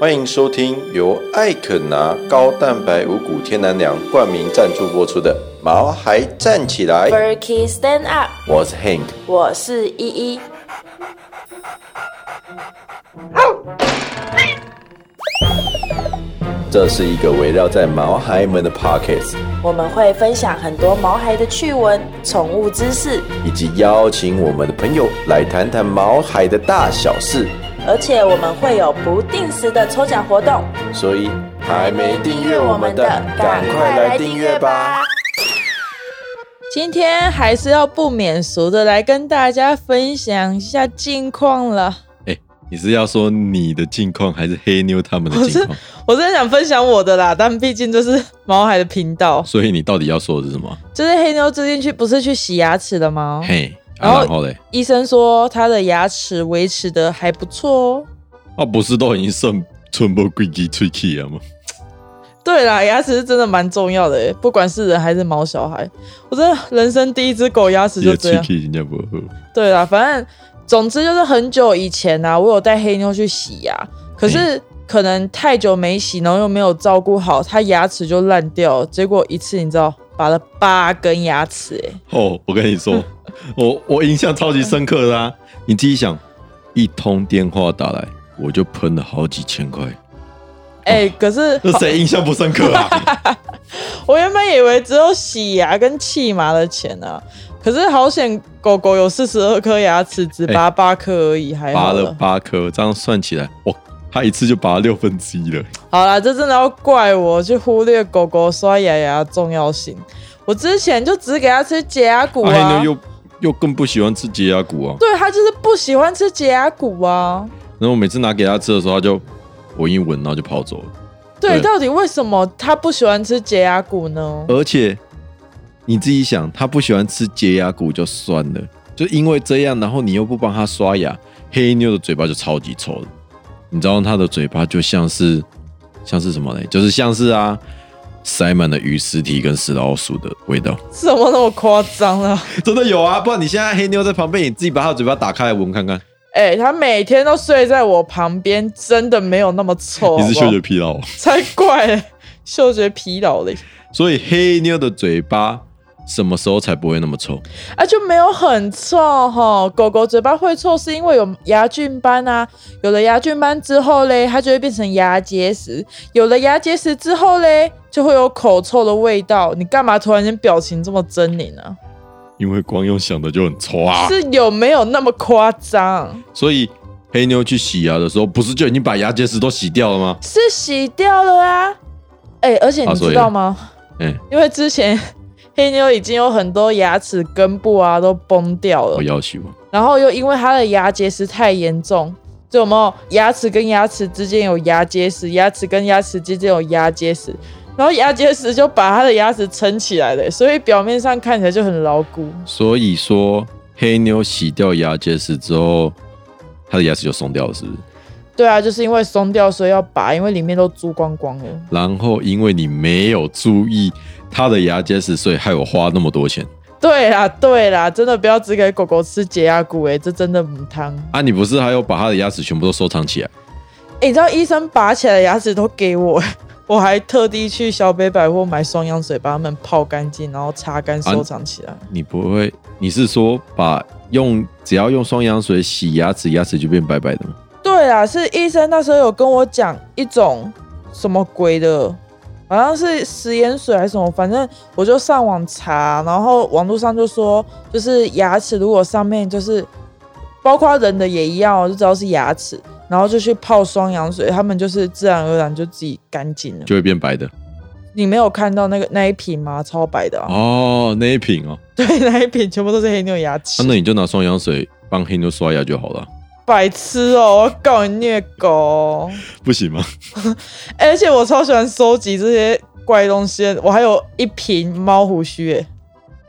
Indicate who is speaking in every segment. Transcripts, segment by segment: Speaker 1: 欢迎收听由艾肯拿高蛋白五谷天然粮冠名赞助播出的《毛孩站起来》，
Speaker 2: Berkey Stand Up，
Speaker 1: 我是 Hank。
Speaker 2: 我是依依。
Speaker 1: 这是一个围绕在毛孩们的 Pockets，
Speaker 2: 我们会分享很多毛孩的趣闻、宠物知识，
Speaker 1: 以及邀请我们的朋友来谈谈毛孩的大小事。
Speaker 2: 而且我们会有不定时的抽奖活动。
Speaker 1: 所以还没订阅我们的，赶快来订阅吧！！
Speaker 2: 今天还是要不免俗的来跟大家分享一下近况了。
Speaker 3: 哎你是要说你的近况，还是黑妞他们
Speaker 2: 我
Speaker 3: 的
Speaker 2: 是
Speaker 3: 近况？
Speaker 2: 我真的想分享我的啦，但毕竟这是毛孩的频道，
Speaker 3: 所以你到底要说的是什么？
Speaker 2: 就是黑妞最近去不是去洗牙齿了吗？
Speaker 3: 嘿，
Speaker 2: 然
Speaker 3: 啊、
Speaker 2: 后
Speaker 3: 然后嘞，
Speaker 2: 医生说她的牙齿维持的还不错哦。
Speaker 3: 啊，不是都已经剩寸不归鸡吹气了吗？
Speaker 2: 对啦，牙齿是真的蛮重要的耶，不管是人还是毛小孩，我真的人生第一只狗牙齿
Speaker 3: 你
Speaker 2: 就
Speaker 3: 的
Speaker 2: 这
Speaker 3: 吹
Speaker 2: 样。
Speaker 3: 气人家不喝，
Speaker 2: 对啦，反正总之就是很久以前啊，我有带黑妞去洗牙，可是可能太久没洗，然后又没有照顾好，它牙齿就烂掉了。结果一次你知道拔了八根牙齿，哎，
Speaker 3: 哦，我跟你 说，我我印象超级深刻的啊！你自己想，一通电话打来，我就喷了好几千块，
Speaker 2: 哎、可是
Speaker 3: 那谁印象不深刻啊？
Speaker 2: 我原本以为只有洗牙跟气麻的钱啊，可是好险狗狗有四十二颗牙齿，只拔八颗而已，还好
Speaker 3: 哎拔
Speaker 2: 啦
Speaker 3: 了八颗，这样算起来，哇，他一次就拔了六分之一了。
Speaker 2: 好啦，这真的要怪我去忽略狗狗刷牙牙的重要性。我之前就只给它吃洁牙骨
Speaker 3: 啊黑
Speaker 2: 啊
Speaker 3: 妞，又又更不喜欢吃洁牙骨啊。
Speaker 2: 对它就是不喜欢吃洁牙骨啊。
Speaker 3: 然后我每次拿给他吃的时候，他就闻一闻，然后就跑走了。
Speaker 2: 对，
Speaker 3: 对
Speaker 2: 到底为什么它不喜欢吃洁牙骨呢？
Speaker 3: 而且你自己想，他不喜欢吃洁牙骨就算了，就因为这样，然后你又不帮他刷牙，黑妞的嘴巴就超级臭的。你知道他的嘴巴就像是像是什么呢？就是像是啊，塞满了鱼尸体跟死老鼠的味道。
Speaker 2: 怎么那么夸张啊？
Speaker 3: 真的有啊，不然你现在黑妞在旁边，你自己把他的嘴巴打开来闻看看，
Speaker 2: 哎、它每天都睡在我旁边，真的没有那么臭。
Speaker 3: 你是嗅
Speaker 2: 好不
Speaker 3: 觉
Speaker 2: 好
Speaker 3: 疲劳。
Speaker 2: 才怪、嗅觉疲劳嘞，
Speaker 3: 所以黑妞的嘴巴什么时候才不会那么臭？
Speaker 2: 啊，就没有很臭哈。狗狗嘴巴会臭是因为有牙菌斑啊，有了牙菌斑之后嘞，它就会变成牙结石，有了牙结石之后嘞，就会有口臭的味道。你干嘛突然间表情这么狰狞啊？
Speaker 3: 因为光用想的就很臭啊。
Speaker 2: 是有没有那么夸张？
Speaker 3: 所以黑妞去洗牙的时候，不是就已经把牙结石都洗掉了吗？
Speaker 2: 是洗掉了啊。哎、而且
Speaker 3: 啊
Speaker 2: 你
Speaker 3: 所以
Speaker 2: 知道吗？
Speaker 3: 嗯
Speaker 2: 因为之前黑妞已经有很多牙齿根部啊都崩掉了
Speaker 3: 我，要洗吗？
Speaker 2: 然后又因为他的牙结石太严重，就有没有牙齿跟牙齿之间有牙结石，牙齿跟牙齿之间有牙结石，然后牙结石就把他的牙齿撑起来了，所以表面上看起来就很牢固。
Speaker 3: 所以说黑妞洗掉牙结石之后，她的牙齿就松掉了，是不是？
Speaker 2: 对啊，就是因为松掉，所以要拔，因为里面都蛀光光了。
Speaker 3: 然后因为你没有注意她的牙结石，所以害我花那么多钱
Speaker 2: 对啦，对啦，真的不要只给狗狗吃洁牙骨、欸，这真的母汤。
Speaker 3: 啊！你不是还要把她的牙齿全部都收藏起来？
Speaker 2: 欸你知道医生拔起来的牙齿都给我、 欸我还特地去小北百货买双氧水，把它们泡干净，然后擦干收藏起来。
Speaker 3: 你不会？你是说把用只要用双氧水洗牙齿，牙齿就变白白的吗？
Speaker 2: 对啦，是医生那时候有跟我讲一种什么鬼的，好像是食盐水还是什么，反正我就上网查，然后网络上就说，就是牙齿如果上面就是，包括人的也一样哦，就知道是牙齿，然后就去泡双氧水，他们就是自然而然就自己干净了。
Speaker 3: 就会变白的
Speaker 2: 你没有看到那个那一瓶吗？超白的、啊，
Speaker 3: 哦，那一瓶哦，
Speaker 2: 对，那一瓶全部都是黑妞牙齿，
Speaker 3: 啊那你就拿双氧水帮黑妞刷牙就好了，
Speaker 2: 白痴哦、我要告你虐狗。哦
Speaker 3: 不行吗？
Speaker 2: 欸而且我超喜欢收集这些怪东西的，我还有一瓶猫胡须诶、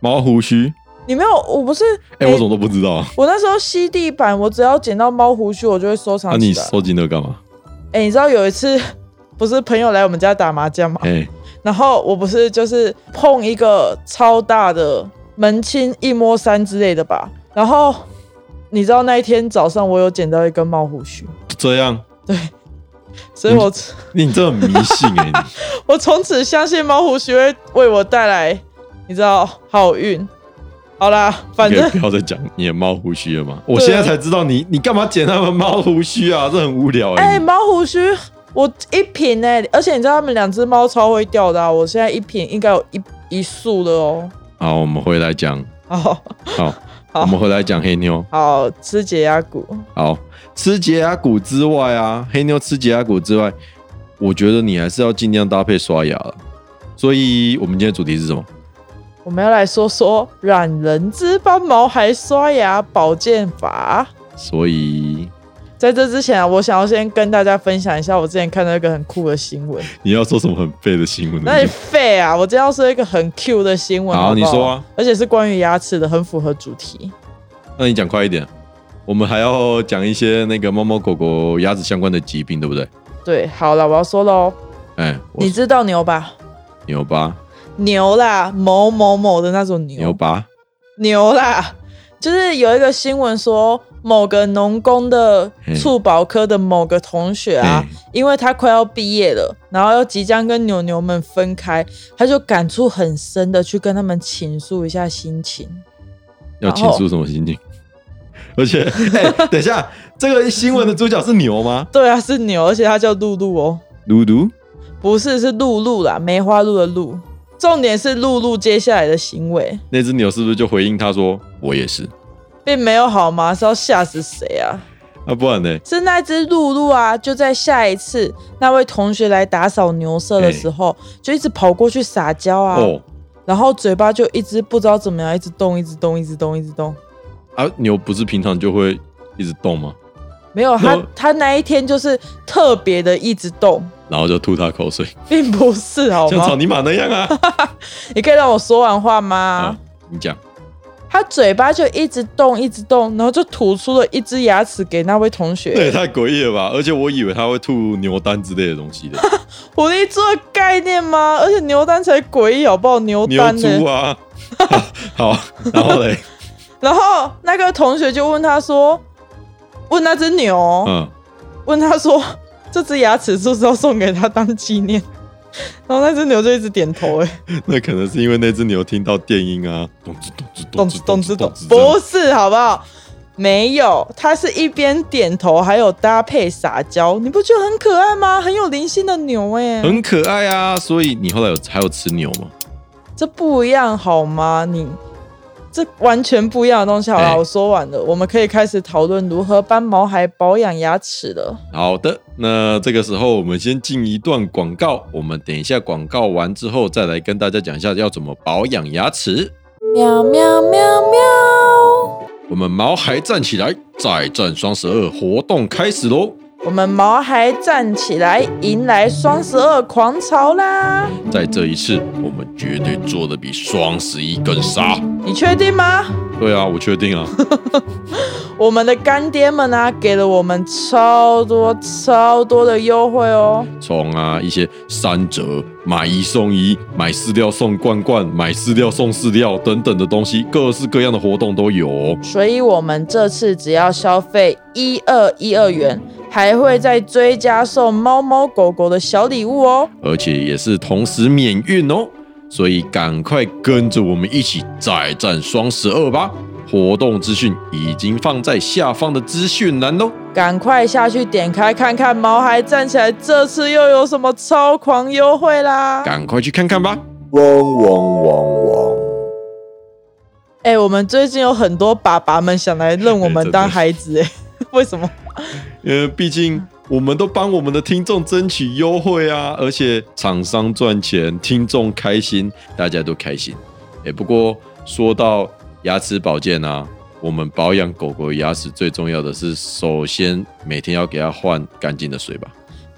Speaker 3: 毛胡须，
Speaker 2: 你没有？我不是，
Speaker 3: 哎、我怎么都不知道啊？
Speaker 2: 我那时候吸地板，我只要捡到猫胡须，我就会收
Speaker 3: 那、啊、
Speaker 2: 藏
Speaker 3: 你
Speaker 2: 起来。
Speaker 3: 收集那个干嘛？
Speaker 2: 哎、你知道有一次，不是朋友来我们家打麻将嘛，
Speaker 3: 哎、
Speaker 2: 然后我不是就是碰一个超大的门青一摸三之类的吧，然后你知道那一天早上我有捡到一根猫胡须，
Speaker 3: 这样，
Speaker 2: 对，所
Speaker 3: 嗯
Speaker 2: 以我、
Speaker 3: 你这很迷信 哎、你
Speaker 2: 我从此相信猫胡须会为我带来，你知道好运。好啦，反
Speaker 3: 你可
Speaker 2: 正
Speaker 3: 以不要再讲你的猫胡须了吗？我
Speaker 2: 对啊
Speaker 3: 现在才知道你，你干嘛剪他们猫胡须啊？这很无聊哎、
Speaker 2: 哎、猫胡须我一瓶哎、而且你知道它们两只猫超会掉的、啊，我现在一瓶应该有一一束的哦。
Speaker 3: 好，我们回来讲，
Speaker 2: 好
Speaker 3: 好，
Speaker 2: 好
Speaker 3: 我们回来讲黑妞。
Speaker 2: 好吃解压骨，
Speaker 3: 好，吃洁牙骨之外啊，黑妞吃洁牙骨之外，我觉得你还是要尽量搭配刷牙了。所以，我们今天的主题是什么？
Speaker 2: 我们要来说说染人之斑毛还刷牙保健法。
Speaker 3: 所以
Speaker 2: 在这之前啊，我想要先跟大家分享一下我之前看到一个很酷的新闻。
Speaker 3: 你要说什么很废的新闻？
Speaker 2: 那你废啊！我今天要说一个很 Q 的新闻，
Speaker 3: 好
Speaker 2: 好不好
Speaker 3: 你说啊，
Speaker 2: 而且是关于牙齿的，很符合主题。
Speaker 3: 那你讲快一点。我们还要讲一些那个猫猫狗狗牙齿相关的疾病，对不对？
Speaker 2: 对，好了，我要说喽，
Speaker 3: 哎，我
Speaker 2: 你知道牛吧？
Speaker 3: 牛吧，
Speaker 2: 牛啦，某某某的那种
Speaker 3: 牛
Speaker 2: 牛，
Speaker 3: 吧，
Speaker 2: 牛啦，就是有一个新闻说，某个农工的
Speaker 3: 嘿
Speaker 2: 畜保科的某个同学啊
Speaker 3: 嘿，
Speaker 2: 因为他快要毕业了，然后又即将跟牛牛们分开，他就感触很深的去跟他们倾诉一下心情。
Speaker 3: 要
Speaker 2: 然
Speaker 3: 倾
Speaker 2: 后
Speaker 3: 诉什么心情？ 而且，哎，等一下，这个新闻的主角是牛吗？
Speaker 2: 对啊，是牛，而且他叫露露哦。
Speaker 3: 嘟嘟，
Speaker 2: 不是，是露露啦，梅花鹿的鹿。重点是露露接下来的行为，
Speaker 3: 那只牛是不是就回应他说：“我也是
Speaker 2: 并没有好吗？是要吓死谁啊？？”
Speaker 3: 啊，不然呢？
Speaker 2: 是那只露露啊，就在下一次那位同学来打扫牛舍的时候，就一直跑过去撒娇啊，
Speaker 3: 哦
Speaker 2: 然后嘴巴就一直不知道怎么样，一直动，一直动，一直动，一直动。
Speaker 3: 啊，牛不是平常就会一直动吗？
Speaker 2: 没有，他
Speaker 3: 那
Speaker 2: 他那一天就是特别的一直动，
Speaker 3: 然后就吐他口水，
Speaker 2: 并不是好
Speaker 3: 像草
Speaker 2: 吗？
Speaker 3: 泥马那样 啊。
Speaker 2: 你可以让我说完话吗
Speaker 3: 啊？，你讲，
Speaker 2: 他嘴巴就一直动，一直动，然后就吐出了一只牙齿给那位同学。
Speaker 3: 那也太诡异了吧！而且我以为他会吐牛丹之类的东西的，
Speaker 2: 狐狸猪的概念吗？而且牛丹才诡异好不好？牛
Speaker 3: 牛
Speaker 2: 丹呢、
Speaker 3: 猪啊。 好，然后嘞，
Speaker 2: 然后那个同学就问他说，问那只牛，
Speaker 3: 嗯，
Speaker 2: 问他说这只牙齿是不是要送给他当纪念？ 然后那只牛就一直点头、哎，
Speaker 3: 嗯那可能是因为那只牛听到电音啊，咚吱咚吱
Speaker 2: 懂
Speaker 3: 吱
Speaker 2: 懂
Speaker 3: 吱
Speaker 2: 知懂
Speaker 3: 吱，这样
Speaker 2: 不是好不好？没有，它是一边点头，还有搭配撒娇，你不觉得很可爱吗？很有灵性的牛哎、
Speaker 3: 很可爱啊。所以你后来有还有吃牛吗？
Speaker 2: 这不一样好吗？你这完全不一样的东西。好了，
Speaker 3: 哎
Speaker 2: 我说完了，我们可以开始讨论如何斑毛还保养牙齿了。
Speaker 3: 好的，那这个时候我们先进一段广告，我们等一下广告完之后再来跟大家讲一下要怎么保养牙齿。
Speaker 2: 喵喵喵喵！
Speaker 3: 我们毛孩站起来，再战双十二活动开始喽！
Speaker 2: 我们毛孩站起来，迎来双十二狂潮啦！
Speaker 3: 在这一次，我们绝对做的比双十一更杀。
Speaker 2: 你确定吗？
Speaker 3: 对啊，我确定啊。
Speaker 2: 我们的干爹们啊，给了我们超多超多的优惠哦！
Speaker 3: 从啊一些三折、买一送一、买饲料送罐罐、买饲料送饲料等等的东西，各式各样的活动都有哦。
Speaker 2: 所以我们这次只要消费一二一二元，还会再追加送猫猫狗狗的小礼物哦。
Speaker 3: 而且也是同时免运哦。所以赶快跟着我们一起再战双十二吧！活动资讯已经放在下方的资讯栏哦喽。
Speaker 2: 赶快下去点开看看，毛孩站起来，这次又有什么超狂优惠啦！
Speaker 3: 赶快去看看吧。
Speaker 1: 嗡嗡嗡嗡，
Speaker 2: 哎、我们最近有很多爸爸们想来认我们当孩子、哎、 为什么？
Speaker 3: 呃，毕竟我们都帮我们的听众争取优惠啊，而且厂商赚钱，听众开心，大家都开心。哎、不过说到牙齿保健啊，我们保养狗狗牙齿最重要的是，首先每天要给它换干净的水吧。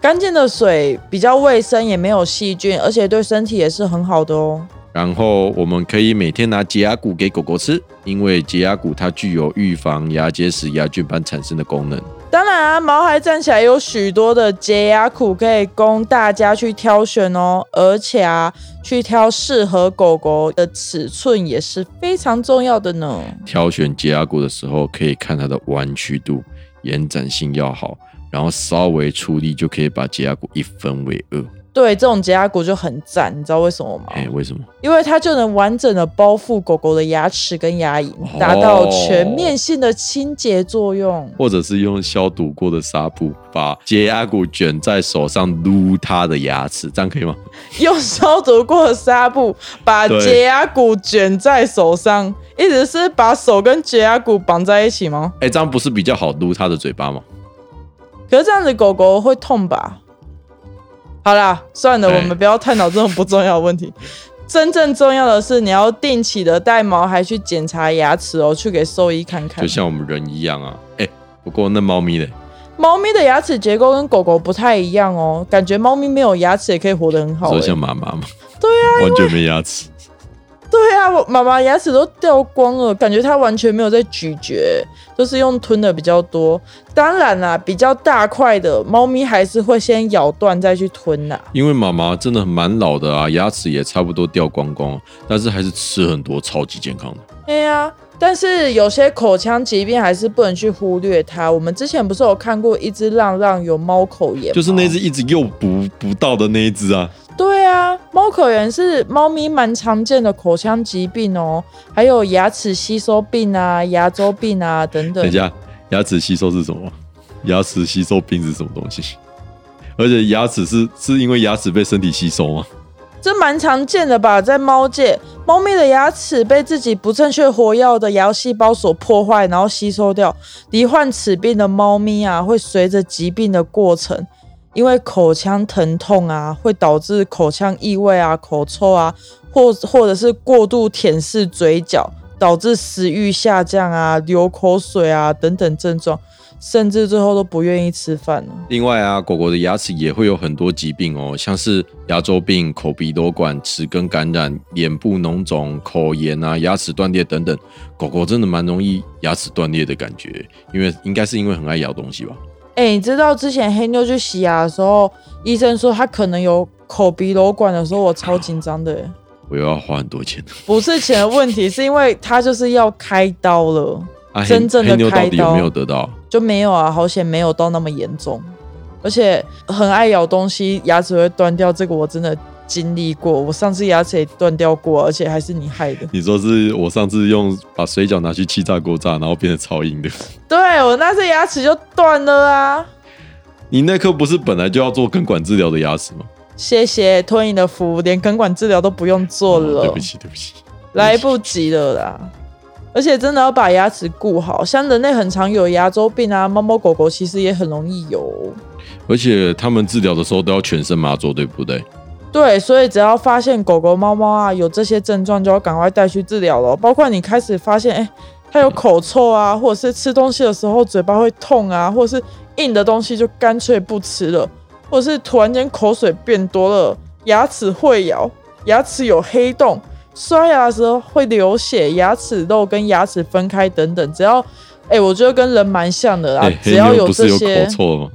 Speaker 2: 干净的水比较卫生，也没有细菌，而且对身体也是很好的哦。
Speaker 3: 然后我们可以每天拿洁牙骨给狗狗吃，因为洁牙骨它具有预防牙结石、牙菌斑产生的功能。
Speaker 2: 当然啊，毛孩站起来有许多的洁牙苦可以供大家去挑选哦，而且啊，去挑适合狗狗的尺寸也是非常重要的呢。
Speaker 3: 挑选洁牙骨的时候，可以看它的弯曲度，延展性要好，然后稍微出力就可以把解压骨一分为二。
Speaker 2: 对，这种解压骨就很赞，你知道为什么吗？
Speaker 3: 哎、为什么？
Speaker 2: 因为它就能完整的包覆狗狗的牙齿跟牙龈，
Speaker 3: 哦
Speaker 2: 达到全面性的清洁作用。
Speaker 3: 或者是用消毒过的纱布把解压骨卷在手上撸它的牙齿，这样可以吗？
Speaker 2: 用消毒过的纱布把
Speaker 3: 对
Speaker 2: 解压骨卷在手上，一直是把手跟解压骨绑在一起吗？
Speaker 3: 哎、这样不是比较好撸它的嘴巴吗？
Speaker 2: 可是这样子狗狗会痛吧？好啦，算了，
Speaker 3: 哎
Speaker 2: 我们不要探讨这种不重要的问 题。真正重要的是，你要定期的带毛孩去检查牙齿哦，去给兽医看看
Speaker 3: 就。像我们人一样啊。哎、不过那猫咪嘞，
Speaker 2: 猫咪的牙齿结构跟狗狗不太一样哦，感觉猫咪没有牙齿也可以活得很好、
Speaker 3: 说
Speaker 2: 欸
Speaker 3: 像。妈妈吗？对啊，完全没牙齿。
Speaker 2: 对啊，我妈妈牙齿都掉光了，感觉它完全没有在咀嚼，都是用吞的比较多。当然啦，比较大块的猫咪还是会先咬断再去吞啊啦。
Speaker 3: 因为妈妈真的蛮老的啊，牙齿也差不多掉光光，啊但是还是吃很多，超级健康的。
Speaker 2: 对呀、但是有些口腔疾病还是不能去忽略它。我们之前不是有看过一只浪浪有猫口炎吗，
Speaker 3: 就是那只一直又捕不到的那一只啊，
Speaker 2: 对啊，猫口炎是猫咪蛮常见的口腔疾病哦，还有牙齿吸收病啊、牙周病啊等等。
Speaker 3: 等一下，牙齿吸收是什么？牙齿吸收病是什么东西？而且牙齿是是因为牙齿被身体吸收吗？
Speaker 2: 这蛮常见的吧，在猫界，猫咪的牙齿被自己不正确活药的牙细胞所破坏，然后吸收掉。罹患此病的猫咪啊，会随着疾病的过程，因为口腔疼痛啊，会导致口腔异味啊、口臭啊，或或者是过度舔舐嘴角，导致食欲下降啊、流口水啊等等症状，甚至最后都不愿意吃饭了。
Speaker 3: 另外啊，狗狗的牙齿也会有很多疾病哦，像是牙周病、口鼻多管、齿根感染、脸部脓肿、口炎啊、牙齿断裂等等。狗狗真的蛮容易牙齿断裂的感觉，因为应该是因为很爱咬东西吧。
Speaker 2: 哎、你知道之前黑妞去洗牙的时候，医生说她可能有口鼻瘘管的时候，我超紧张的、欸。
Speaker 3: 我又要花很多钱。
Speaker 2: 不是钱的问题，是因为她就是要开刀了，
Speaker 3: 啊，黑
Speaker 2: 真正的
Speaker 3: 黑妞到
Speaker 2: 开
Speaker 3: 底有
Speaker 2: 刀
Speaker 3: 没有得到？
Speaker 2: 就没有啊，好险没有到那么严重。而且很爱咬东西，牙齿会断掉，这个我真的经历过。我上次牙齿也断掉过，而且还是你害的。
Speaker 3: 你说是我上次用把水饺拿去气炸锅炸，然后变得超硬的。
Speaker 2: 对我那次牙齿就断了啊！
Speaker 3: 你那颗不是本来就要做根管治疗的牙齿吗？
Speaker 2: 谢谢托你的福，连根管治疗都不用做了。
Speaker 3: 哦对不起，对不起。
Speaker 2: 来不及了啦。而且真的要把牙齿顾好，像人类很常有牙周病啊，猫猫狗狗其实也很容易有。
Speaker 3: 而且他们治疗的时候都要全身麻醉，对不对？
Speaker 2: 对，所以只要发现狗狗、猫猫啊有这些症状，就要赶快带去治疗了。包括你开始发现，哎、它有口臭啊，或者是吃东西的时候嘴巴会痛啊，或者是硬的东西就干脆不吃了，或者是突然间口水变多了，牙齿会咬，牙齿有黑洞，刷牙的时候会流血，牙齿肉跟牙齿分开等等，只要，哎、我觉得跟人蛮像的啦，
Speaker 3: 哎、
Speaker 2: 啊只
Speaker 3: 黑
Speaker 2: 要
Speaker 3: 妞不
Speaker 2: 这
Speaker 3: 是有
Speaker 2: 些
Speaker 3: 口，臭吗？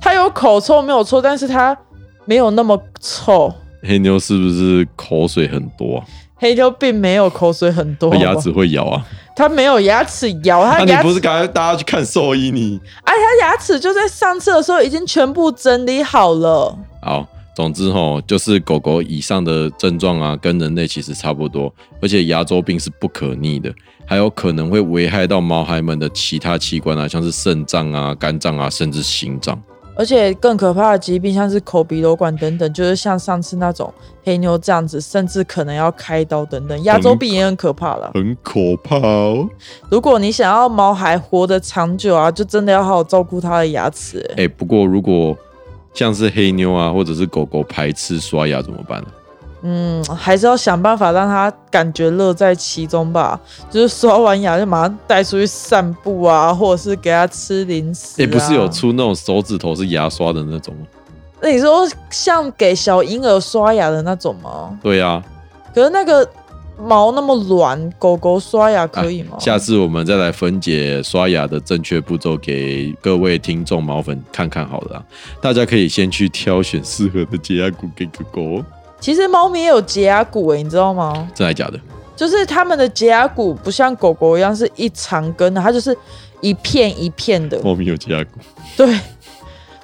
Speaker 2: 它有口臭没有错，但是它没有那么臭。
Speaker 3: 黑妞是不是口水很多、啊？
Speaker 2: 黑妞并没有口水很多，
Speaker 3: 她牙
Speaker 2: 好不
Speaker 3: 齿
Speaker 2: 好
Speaker 3: 会咬啊？
Speaker 2: 它没有牙齿咬，它
Speaker 3: 那、
Speaker 2: 哦啊牙
Speaker 3: 你不是
Speaker 2: 齿，
Speaker 3: 赶快大家去看兽医你？
Speaker 2: 哎，它牙齿就在上次的时候已经全部整理好了。
Speaker 3: 好，总之吼，就是狗狗以上的症状啊，跟人类其实差不多，而且牙周病是不可逆的，还有可能会危害到毛孩们的其他器官啊，像是肾脏啊、肝脏啊，甚至心脏。
Speaker 2: 而且更可怕的疾病，像是口鼻瘘管等等，就是像上次那种黑妞这样子，甚至可能要开刀等等。牙周病也很可怕了。
Speaker 3: 很可怕哦！
Speaker 2: 如果你想要毛孩活得长久啊，就真的要好好照顾它的牙齿、欸
Speaker 3: 哎、不过如果像是黑妞啊，或者是狗狗排斥刷牙怎么办呢、
Speaker 2: 嗯，还是要想办法让它感觉乐在其中吧。就是刷完牙就马上带出去散步啊，或者是给它吃零食、啊。
Speaker 3: 哎、不是有出那种手指头是牙刷的那种吗？
Speaker 2: 那你说像给小婴儿刷牙的那种吗？
Speaker 3: 对啊，
Speaker 2: 可是那个毛那么软，狗狗刷牙可以吗？
Speaker 3: 下次我们再来分解刷牙的正确步骤给各位听众毛粉看看好了啊、大家可以先去挑选适合的洁牙骨给狗狗哦，
Speaker 2: 其实猫咪也有洁牙骨诶、你知道吗？
Speaker 3: 真的假的？
Speaker 2: 就是它们的洁牙骨不像狗狗一样是一长根的，它就是一片一片的。
Speaker 3: 猫咪有洁牙骨，
Speaker 2: 对，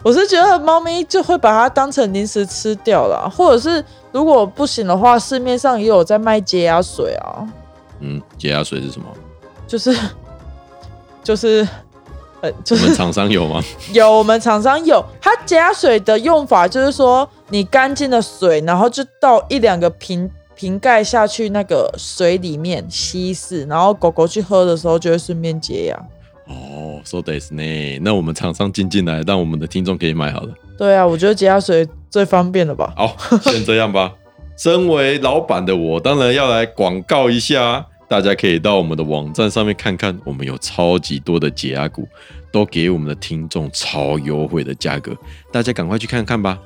Speaker 2: 我是觉得猫咪就会把它当成零食吃掉了，或者是如果不行的话，市面上也有在卖解压水啊，
Speaker 3: 嗯，解压水是什么？
Speaker 2: 就是就是呃就
Speaker 3: 我
Speaker 2: 是
Speaker 3: 们厂商有吗？
Speaker 2: 有，我们厂商有，它解压水的用法就是说，你干净的水，然后就倒一两个瓶瓶盖下去那个水里面稀释，然后狗狗去喝的时候就会顺便解压。
Speaker 3: 哦，so this 呢？那我们厂商进进来，让我们的听众可以买好了。
Speaker 2: 对啊，我觉得解压水最方便了吧？
Speaker 3: 好， 先这样吧。身为老板的我，当然要来广告一下，大家可以到我们的网站上面看看，我们有超级多的解压股，都给我们的听众超优惠的价格，大家赶快去看看吧。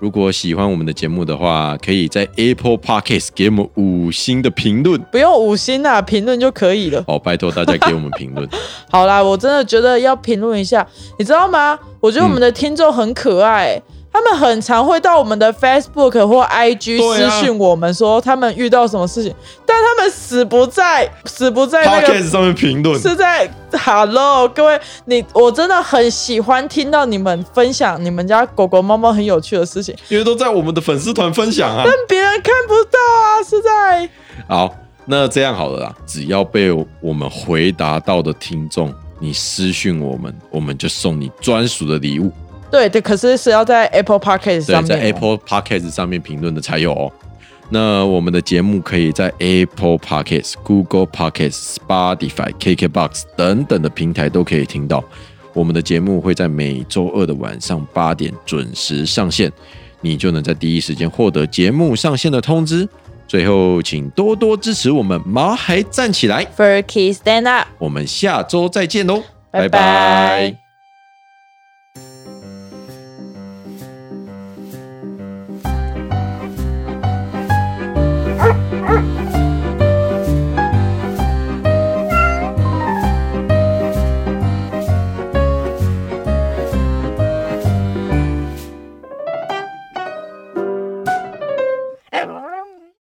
Speaker 3: 如果喜欢我们的节目的话，可以在 Apple Podcast 给我们五星的评论
Speaker 2: 不用五星啦，评论就可以了。
Speaker 3: 哦，拜托大家给我们评 论。
Speaker 2: 好啦，我真的觉得要评论一下，你知道吗？我觉得我们的听众很可爱、
Speaker 3: 嗯
Speaker 2: 他们很常会到我们的 Facebook 或 IG
Speaker 3: 对啊
Speaker 2: 私讯我们说他们遇到什么事情，但他们死不在死不在哎那个
Speaker 3: Podcast 上面评论，
Speaker 2: 是在 Hello 各位，你我真的很喜欢听到你们分享你们家狗狗猫猫很有趣的事情，
Speaker 3: 因为都在我们的粉丝团分享 啊。
Speaker 2: 但别人看不到啊，是在
Speaker 3: 好，那这样好了啦，只要被我们回答到的听众，你私讯我们，我们就送你专属的礼物。
Speaker 2: 对对，可是是要在 Apple Podcast
Speaker 3: 对，
Speaker 2: 上面
Speaker 3: 在
Speaker 2: 哦、
Speaker 3: Apple Podcast 上面评论的才有哦。那我们的节目可以在 Apple Podcast、Google Podcast、Spotify、KKBox 等等的平台都可以听到。我们的节目会在每周二的晚上八点准时上线，你就能在第一时间获得节目上线的通知。最后，请多多支持我们毛孩站起来。
Speaker 2: Furky Stand Up。
Speaker 3: 我们下周再见喽，哦
Speaker 2: 拜拜
Speaker 3: 拜拜